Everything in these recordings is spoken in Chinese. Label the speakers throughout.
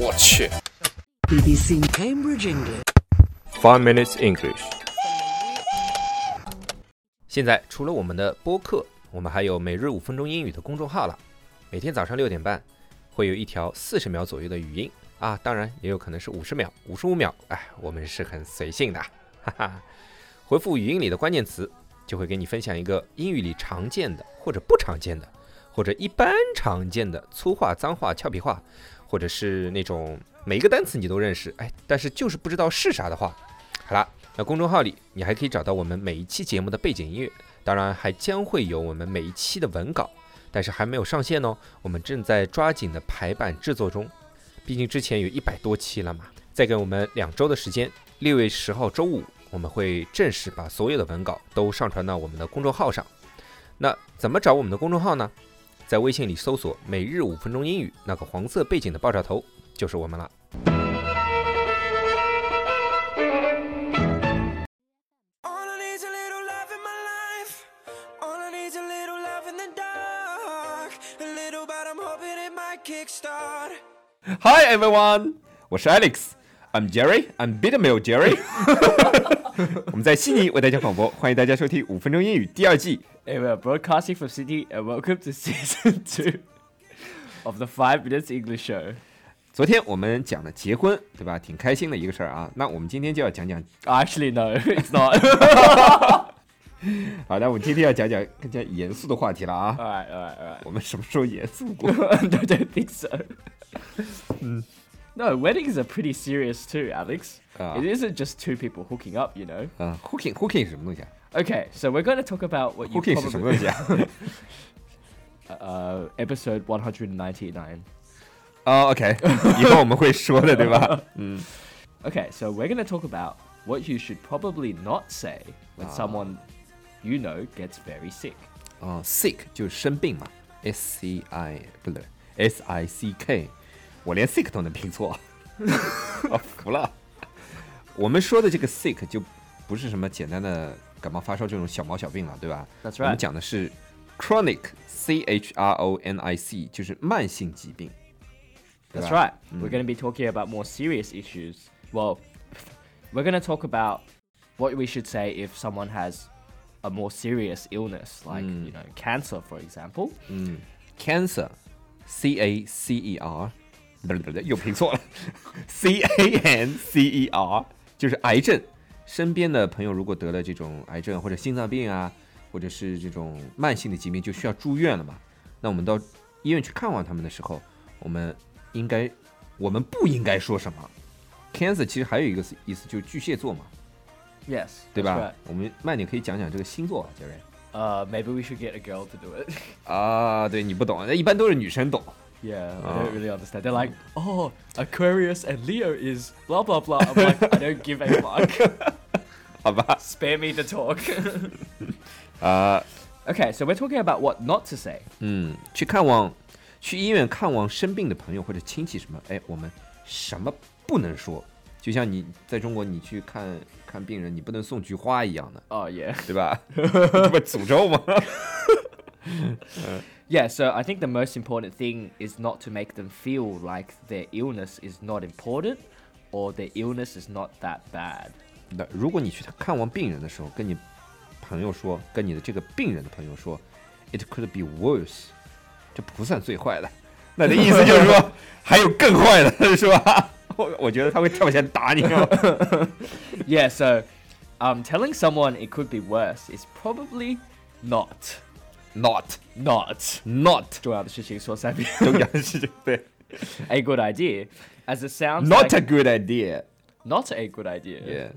Speaker 1: 我去，
Speaker 2: BBC Cambridge, England.
Speaker 3: Five minutes English。
Speaker 4: 现在除了我们的播客，我们还有每日五分钟英语的公众号了。每天早上六点半，会有一条四十秒左右的语音啊，当然也有可能是五十秒、五十五秒。哎，我们是很随性的，哈哈。回复语音里的关键词，就会给你分享一个英语里常见的或者不常见的，或者一般常见的粗话、脏话、俏皮话，或者是那种每一个单词你都认识，哎，但是就是不知道是啥的话。好啦，那公众号里你还可以找到我们每一期节目的背景音乐，当然还将会有我们每一期的文稿，但是还没有上线哦，我们正在抓紧的排版制作中，毕竟之前有一百多期了嘛，再给我们两周的时间，六月十号周五我们会正式把所有的文稿都上传到我们的公众号上。那怎么找我们的公众号呢？在微信里搜索“每日五分钟英语”，那个黄色背景的爆炸头就是我们了。
Speaker 5: All I need's a little love in my life. All I need's a little love in the dark. A little, but I'm hoping it might kickstart.
Speaker 3: Hi everyone，我是 Alex，I'm Jerry，I'm Bittermill Jerry 。我们在悉尼为大家广播，欢迎大家收听五分钟英语第二季。
Speaker 6: Hey, we're broadcasting from Sydney, and welcome to season two of the Five Minutes English Show.
Speaker 3: 昨天我们讲了结婚，对吧？挺开心的一个事儿啊。那我们今天就要讲讲，
Speaker 6: Actually, no, it's not.
Speaker 3: 好，那我们今天要讲讲更加严肃的话题了啊。
Speaker 6: all right, all right, all right.
Speaker 3: 我们什么时候严肃过？
Speaker 6: I don't think so. No, weddings are pretty serious too, Alex.
Speaker 3: Ah.
Speaker 6: It isn't just two people hooking up, you know.
Speaker 3: 啊，hooking hooking 是什么东西啊
Speaker 6: Okay, so we're going to talk about what you
Speaker 3: ？hooking 是什么东
Speaker 6: probably
Speaker 3: 西啊？
Speaker 6: uh, episode 199.
Speaker 3: 哦，OK，以后我们会说的，对吧？嗯
Speaker 6: Okay, so we're going to talk about what you should probably not say when someone you know gets very sick.
Speaker 3: 啊，sick 就是生病嘛，S C I 不对，S I C K，我连 sick 都能拼错， 我服了。我们说的这个 sick 就不是什么简单的感冒发烧这种小毛小病了，对吧
Speaker 6: That's right
Speaker 3: 我们讲的是 chronic，C H R O N I C，就是慢性疾病。对
Speaker 6: That's
Speaker 3: 吧
Speaker 6: right. Mm. We're going to be talking about more serious issues. Well, we're going to talk about what we should say if someone has a more serious illness, like you know, cancer, for example.
Speaker 3: cancer，C A C E R，不对不对，又拼错了 ，C A N C E R 就是癌症。身边的朋友如果得了这种癌症或者心脏病啊，或者是这种慢性的疾病，就需要住院了嘛。那我们到医院去看望他们的时候，我们应该，我们不应该说什么？Cancer 其实还有一个意思就是巨蟹座嘛，
Speaker 6: Yes.
Speaker 3: 对
Speaker 6: That's
Speaker 3: 吧
Speaker 6: right.
Speaker 3: 我们慢点可以讲讲这个星座啊，杰瑞。
Speaker 6: Uh, maybe we should get a girl to do it.
Speaker 3: 啊，对你不懂，那一般都是女生懂。
Speaker 6: yeah, I
Speaker 3: Oh.
Speaker 6: don't really understand. They're like, oh, Aquarius and Leo is blah blah blah. I'm like, I don't give a fuck.
Speaker 3: 好吧，
Speaker 6: Spare me the talk.
Speaker 3: 啊、
Speaker 6: okay, so we're talking about what not to say.
Speaker 3: 嗯，去看望，去医院看望生病的朋友或者亲戚什么，哎，我们什么不能说？就像你在中国，你去看看病人，你不能送菊花一样的，
Speaker 6: Oh yeah.
Speaker 3: 对吧？ 这不诅咒吗？
Speaker 6: Yeah, so I think the most important thing is not to make them feel like their illness is not important or their illness is not that bad.
Speaker 3: 那如果你去看望病人的时候，跟你朋友说，跟你的这个病人的朋友说，it could be worse，这不算最坏的。那你的意思就是说还有更坏的，是吧？我我觉得他会跳起来打你，知哦道吗
Speaker 6: Yeah, so um, telling someone it could be worse is probably not.
Speaker 3: ？Not
Speaker 6: Not.
Speaker 3: not，
Speaker 6: 重要的事情说三遍。
Speaker 3: 重要的事情对。
Speaker 6: a good idea. As it sounds
Speaker 3: Not a
Speaker 6: like,
Speaker 3: good idea.
Speaker 6: not a good idea.
Speaker 3: Yeah.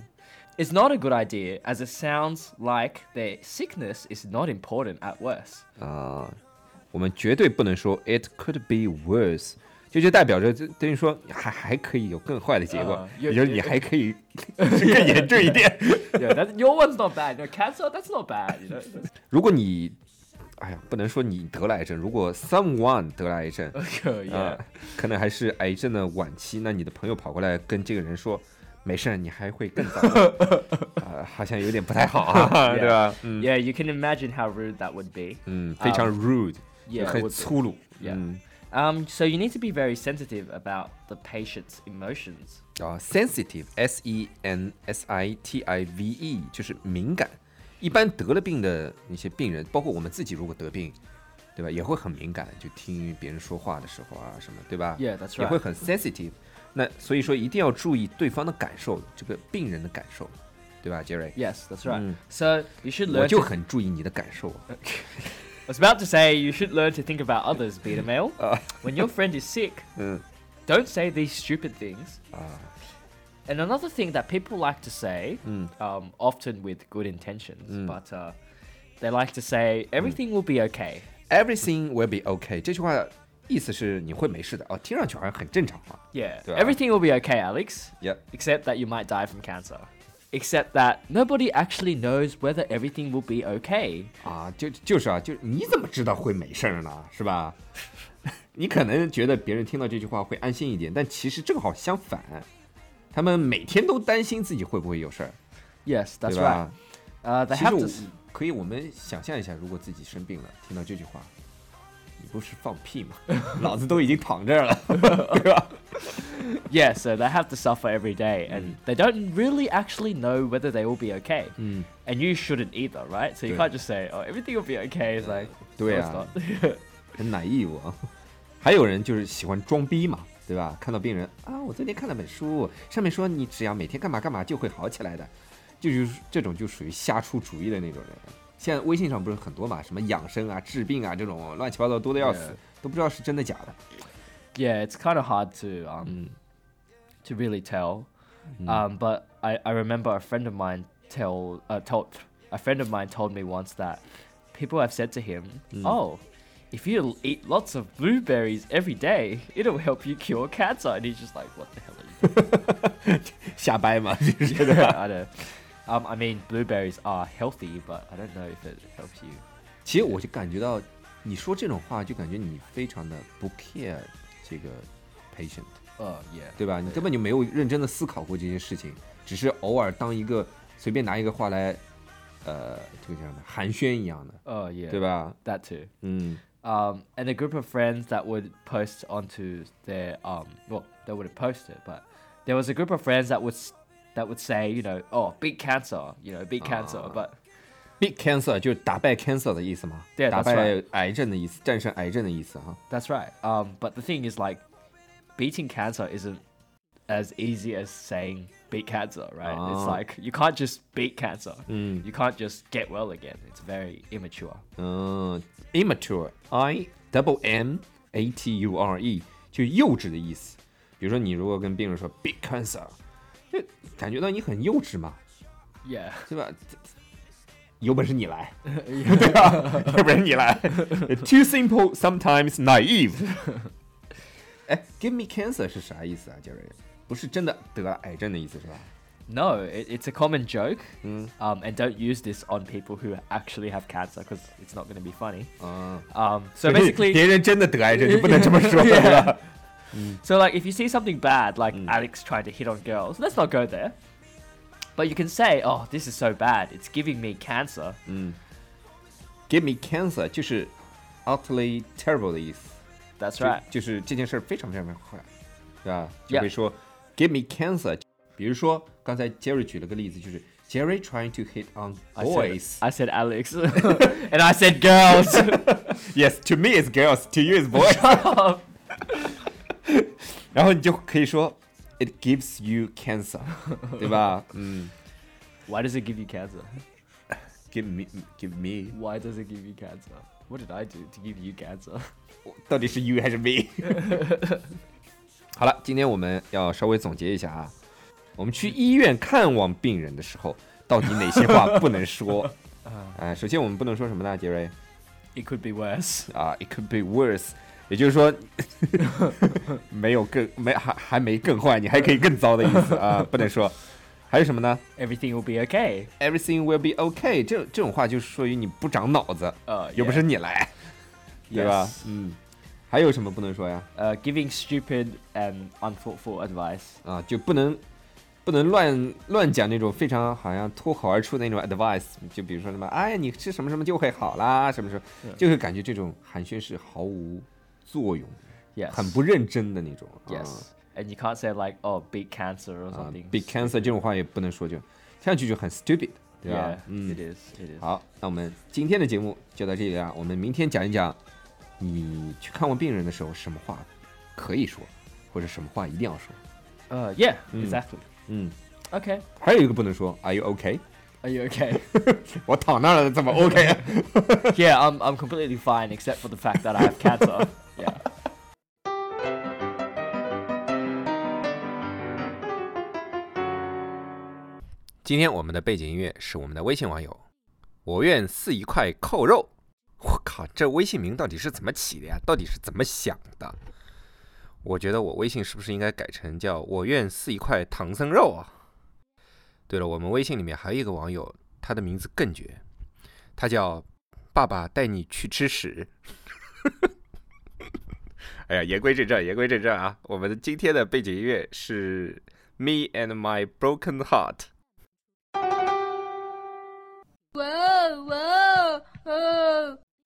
Speaker 6: It's not a good idea as it sounds like their sickness is not important at worst.
Speaker 3: 啊、我们绝对不能说 it could be worse，这就代表着就等于说还还可以有更坏的结果
Speaker 6: 啊，
Speaker 3: 也、
Speaker 6: 有
Speaker 3: 就是
Speaker 6: 有
Speaker 3: 你还可以更严重一点。
Speaker 6: Yeah, that, your one's not bad. Your cancer, that's not bad. You know?
Speaker 3: 如果你，哎呀，不能说你得了癌症，如果 someone 得了癌症，啊、
Speaker 6: Okay, yeah.
Speaker 3: 可能还是癌症的晚期，那你的朋友跑过来跟这个人说。没事儿，你还会更 糟的，啊、好像有点不太好啊， 对吧？啊嗯
Speaker 6: Yeah, you can imagine how rude that would be.
Speaker 3: 嗯，非常 rude，、
Speaker 6: yeah，
Speaker 3: 很
Speaker 6: 我
Speaker 3: 粗鲁
Speaker 6: Yeah.
Speaker 3: 嗯，
Speaker 6: Um, so you need to be very sensitive about the patient's emotions.
Speaker 3: 啊，sensitive，s e n s i t i v e，就是敏感。一般得了病的一些病人，包括我们自己，如果得病，对吧，也会很敏感，就听别人说话的时候啊，什么，对吧
Speaker 6: Yeah, that's
Speaker 3: 也会
Speaker 6: right.
Speaker 3: 很 sensitive。那所以说，一定要注意对方的感受，这个病人的感受，对吧，杰瑞
Speaker 6: Yes, that's right.
Speaker 3: Mm.
Speaker 6: So you should
Speaker 3: 我
Speaker 6: learn.
Speaker 3: 就
Speaker 6: To, I
Speaker 3: 很注意你的感受啊。
Speaker 6: was about to say you should learn to think about others, beta male. when your friend is sick,
Speaker 3: Mm.
Speaker 6: don't say these stupid things. And another thing that people like to say, um, often with good intentions, but uh, they like to say everything will be okay.
Speaker 3: Everything will be okay。这句话意思是你会没事的哦，听上去好像很正常啊。
Speaker 6: Yeah,
Speaker 3: Yeah.
Speaker 6: everything will be okay, Alex.
Speaker 3: Yep.
Speaker 6: Except that you might die from cancer. Except that nobody actually knows whether everything will be okay.
Speaker 3: 啊，就就是啊，就你怎么知道会没事儿呢？是 吧？你可能觉得别人听到这句话会安心一点，但其实正好相反，他们每天都担心自己会不会有事儿，
Speaker 6: Yes,
Speaker 3: 对
Speaker 6: that's right.
Speaker 3: 吧？
Speaker 6: Uh,
Speaker 3: 其
Speaker 6: they
Speaker 3: 实
Speaker 6: have
Speaker 3: 我
Speaker 6: to. s-
Speaker 3: 可以，我们想象一下，如果自己生病了，听到这句话，你不是放屁 吗？老子都已经躺这儿了，对吧？
Speaker 6: Yeah, so they have to suffer every day,
Speaker 3: Mm.
Speaker 6: and they don't really actually know whether they will be okay.
Speaker 3: Mm.
Speaker 6: And you shouldn't either, right? So you
Speaker 3: Yeah.
Speaker 6: can't just say, "Oh, everything will be okay." It's like, no,
Speaker 3: yeah.
Speaker 6: it's not.
Speaker 3: 很奶意我。 还有人就是喜欢装逼嘛，对吧？看到病人啊，我昨天看了本书，上面说你只要每天干嘛干嘛就会好起来的，就是这种就属于瞎出主意的那种人。现在微信上不是很多嘛，什么养生啊、治病啊这种乱七八糟多的要死
Speaker 6: Yeah.
Speaker 3: 都不知道是真的假的。
Speaker 6: yeah, it's kind of hard to um, to really tell. Um, but I, I remember a friend of mine tell uh, told a friend of mine told me once that people have said to him, "Oh, if you eat lots of blueberries every day, it'll help you cure cancer." And he's just like, "What the hell are you?"
Speaker 3: 瞎掰嘛， 就是对
Speaker 6: Yeah,
Speaker 3: 吧
Speaker 6: I know. Um, I mean, blueberries are healthy, but I don't know if it helps you.
Speaker 3: 其实我就感觉到你说这种话，就感觉你非常的不 care 这个 patient。
Speaker 6: Oh yeah.
Speaker 3: 对吧？你根本就没有认真的思考过这些事情，只是偶尔当一个随便拿一个话来，呃，这个叫什么寒暄一样的，
Speaker 6: Oh yeah.
Speaker 3: 对吧？
Speaker 6: That too.
Speaker 3: 嗯
Speaker 6: Um, and a group of friends that would post onto their um, well, they wouldn't post it, but there was a group of friends that would s- that would say, you know, oh, beat cancer, you know, beat cancer, but
Speaker 3: ，beat cancer 就是打败 cancer 的意思吗？
Speaker 6: 对
Speaker 3: 打
Speaker 6: that's
Speaker 3: 败癌症的意思，战胜癌症的意思哈。
Speaker 6: that's right. Um, but the thing is, like, beating cancer isn't as easy as saying beat cancer, right?
Speaker 3: Ah.
Speaker 6: It's like you can't just beat cancer. You can't just get well again. It's very immature.
Speaker 3: 嗯，immature，i double m a t u r e，就幼稚的意思。比如说，你如果跟病人说 “big cancer”，就感觉到你很幼稚嘛，
Speaker 6: Yeah.
Speaker 3: 对吧？这有本事你来， 对啊吧？ 有本事你来。Too simple, sometimes naive 。 哎，give me cancer 是啥意思啊，杰瑞？不是真的得了癌症的意思是吧？嗯
Speaker 6: No, it, it's a common joke. Um, and don't use this on people who actually have cancer because it's not going to be funny.
Speaker 3: 啊，
Speaker 6: Um, so basically,
Speaker 3: 别人真的得癌症，你不能这么 说，对吧？
Speaker 6: so like if you see something bad, like Alex trying to hit on girls, let's not go there. But you can say, oh, this is so bad. It's giving me cancer.
Speaker 3: Give me cancer 就是 utterly terrible 的意思，
Speaker 6: That's
Speaker 3: 就
Speaker 6: right.
Speaker 3: 就是这件事儿非常非常非常坏，对吧？
Speaker 6: Yeah
Speaker 3: 就会说 give me cancer。比如说刚才 Jerry 举了个例子，就是 Jerry trying to hit on
Speaker 6: I said,
Speaker 3: boys。
Speaker 6: I said Alex. and I said girls.
Speaker 3: Yes, to me it's girls, to you it's boys. 然后你就可以说，It gives you cancer，对吧？嗯
Speaker 6: Why does it give you cancer?
Speaker 3: ，give me give me，
Speaker 6: Why does it give you cancer? What did I do to give you cancer?
Speaker 3: 到底是 you 还是 me？好了，今天我们要稍微总结一下啊，我们去医院看望病人的时候，到底哪些话不能说？哎，首先我们不能说什么呢，杰瑞？
Speaker 6: It could be worse.
Speaker 3: 啊，it could be worse，也就是说，没有更没还还没更坏，你还可以更糟的意思啊，不能说。还有什么呢
Speaker 6: Everything will be okay.
Speaker 3: ？Everything will be okay，这这种话就是属于你不长脑子，
Speaker 6: 呃
Speaker 3: 又不是你来，对吧
Speaker 6: Yes.？
Speaker 3: 嗯，还有什么不能说呀？
Speaker 6: uh, giving stupid and unthoughtful advice.
Speaker 3: 啊，就不能不能乱乱讲那种非常好像脱口而出的那种 advice，就比如说什么，哎呀，你吃什么什么就会好啦，什么什么，就会感觉这种寒暄是毫无作用的。
Speaker 6: Yes.
Speaker 7: 很不认真的那种。啊
Speaker 6: Yes. And you can't say like, oh, beat cancer or
Speaker 7: 啊
Speaker 6: something.
Speaker 7: ，big cancer 这种话也不能说，就听上去就很 stupid，对
Speaker 6: Yeah. Mm.
Speaker 7: 吧？嗯
Speaker 6: It，is. It is.
Speaker 7: 好，那我们今天的节目就到这里了，我们明天讲一讲你去看望病人的时候，什么话可以说，或者什么话一定要说。
Speaker 6: Uh, yeah. Exactly.
Speaker 7: 嗯，
Speaker 6: Okay.
Speaker 7: 还有一个不能说，Are you OK？
Speaker 6: Mm. Are you okay?
Speaker 7: 我躺那儿了，怎么 OK？啊
Speaker 6: yeah, I'm, I'm completely fine except for the fact that I have cancer. yeah.
Speaker 3: 今天我们的背景音乐是我们的微信网友，我愿似一块扣肉。我靠，这微信名到底是怎么起的呀？到底是怎么想的？我觉得我微信是不是应该改成叫“我愿似一块唐僧肉”啊？对了，我们微信里面还有一个网友，他的名字更绝，他叫“爸爸带你去吃屎” 。哎呀，言归正传，言归正传啊！我们今天的背景音乐是《Me and My Broken Heart》。
Speaker 1: Whoa, whoa, oh.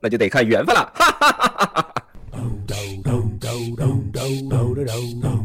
Speaker 3: 那就得看缘分了。
Speaker 8: do do do do do do do do do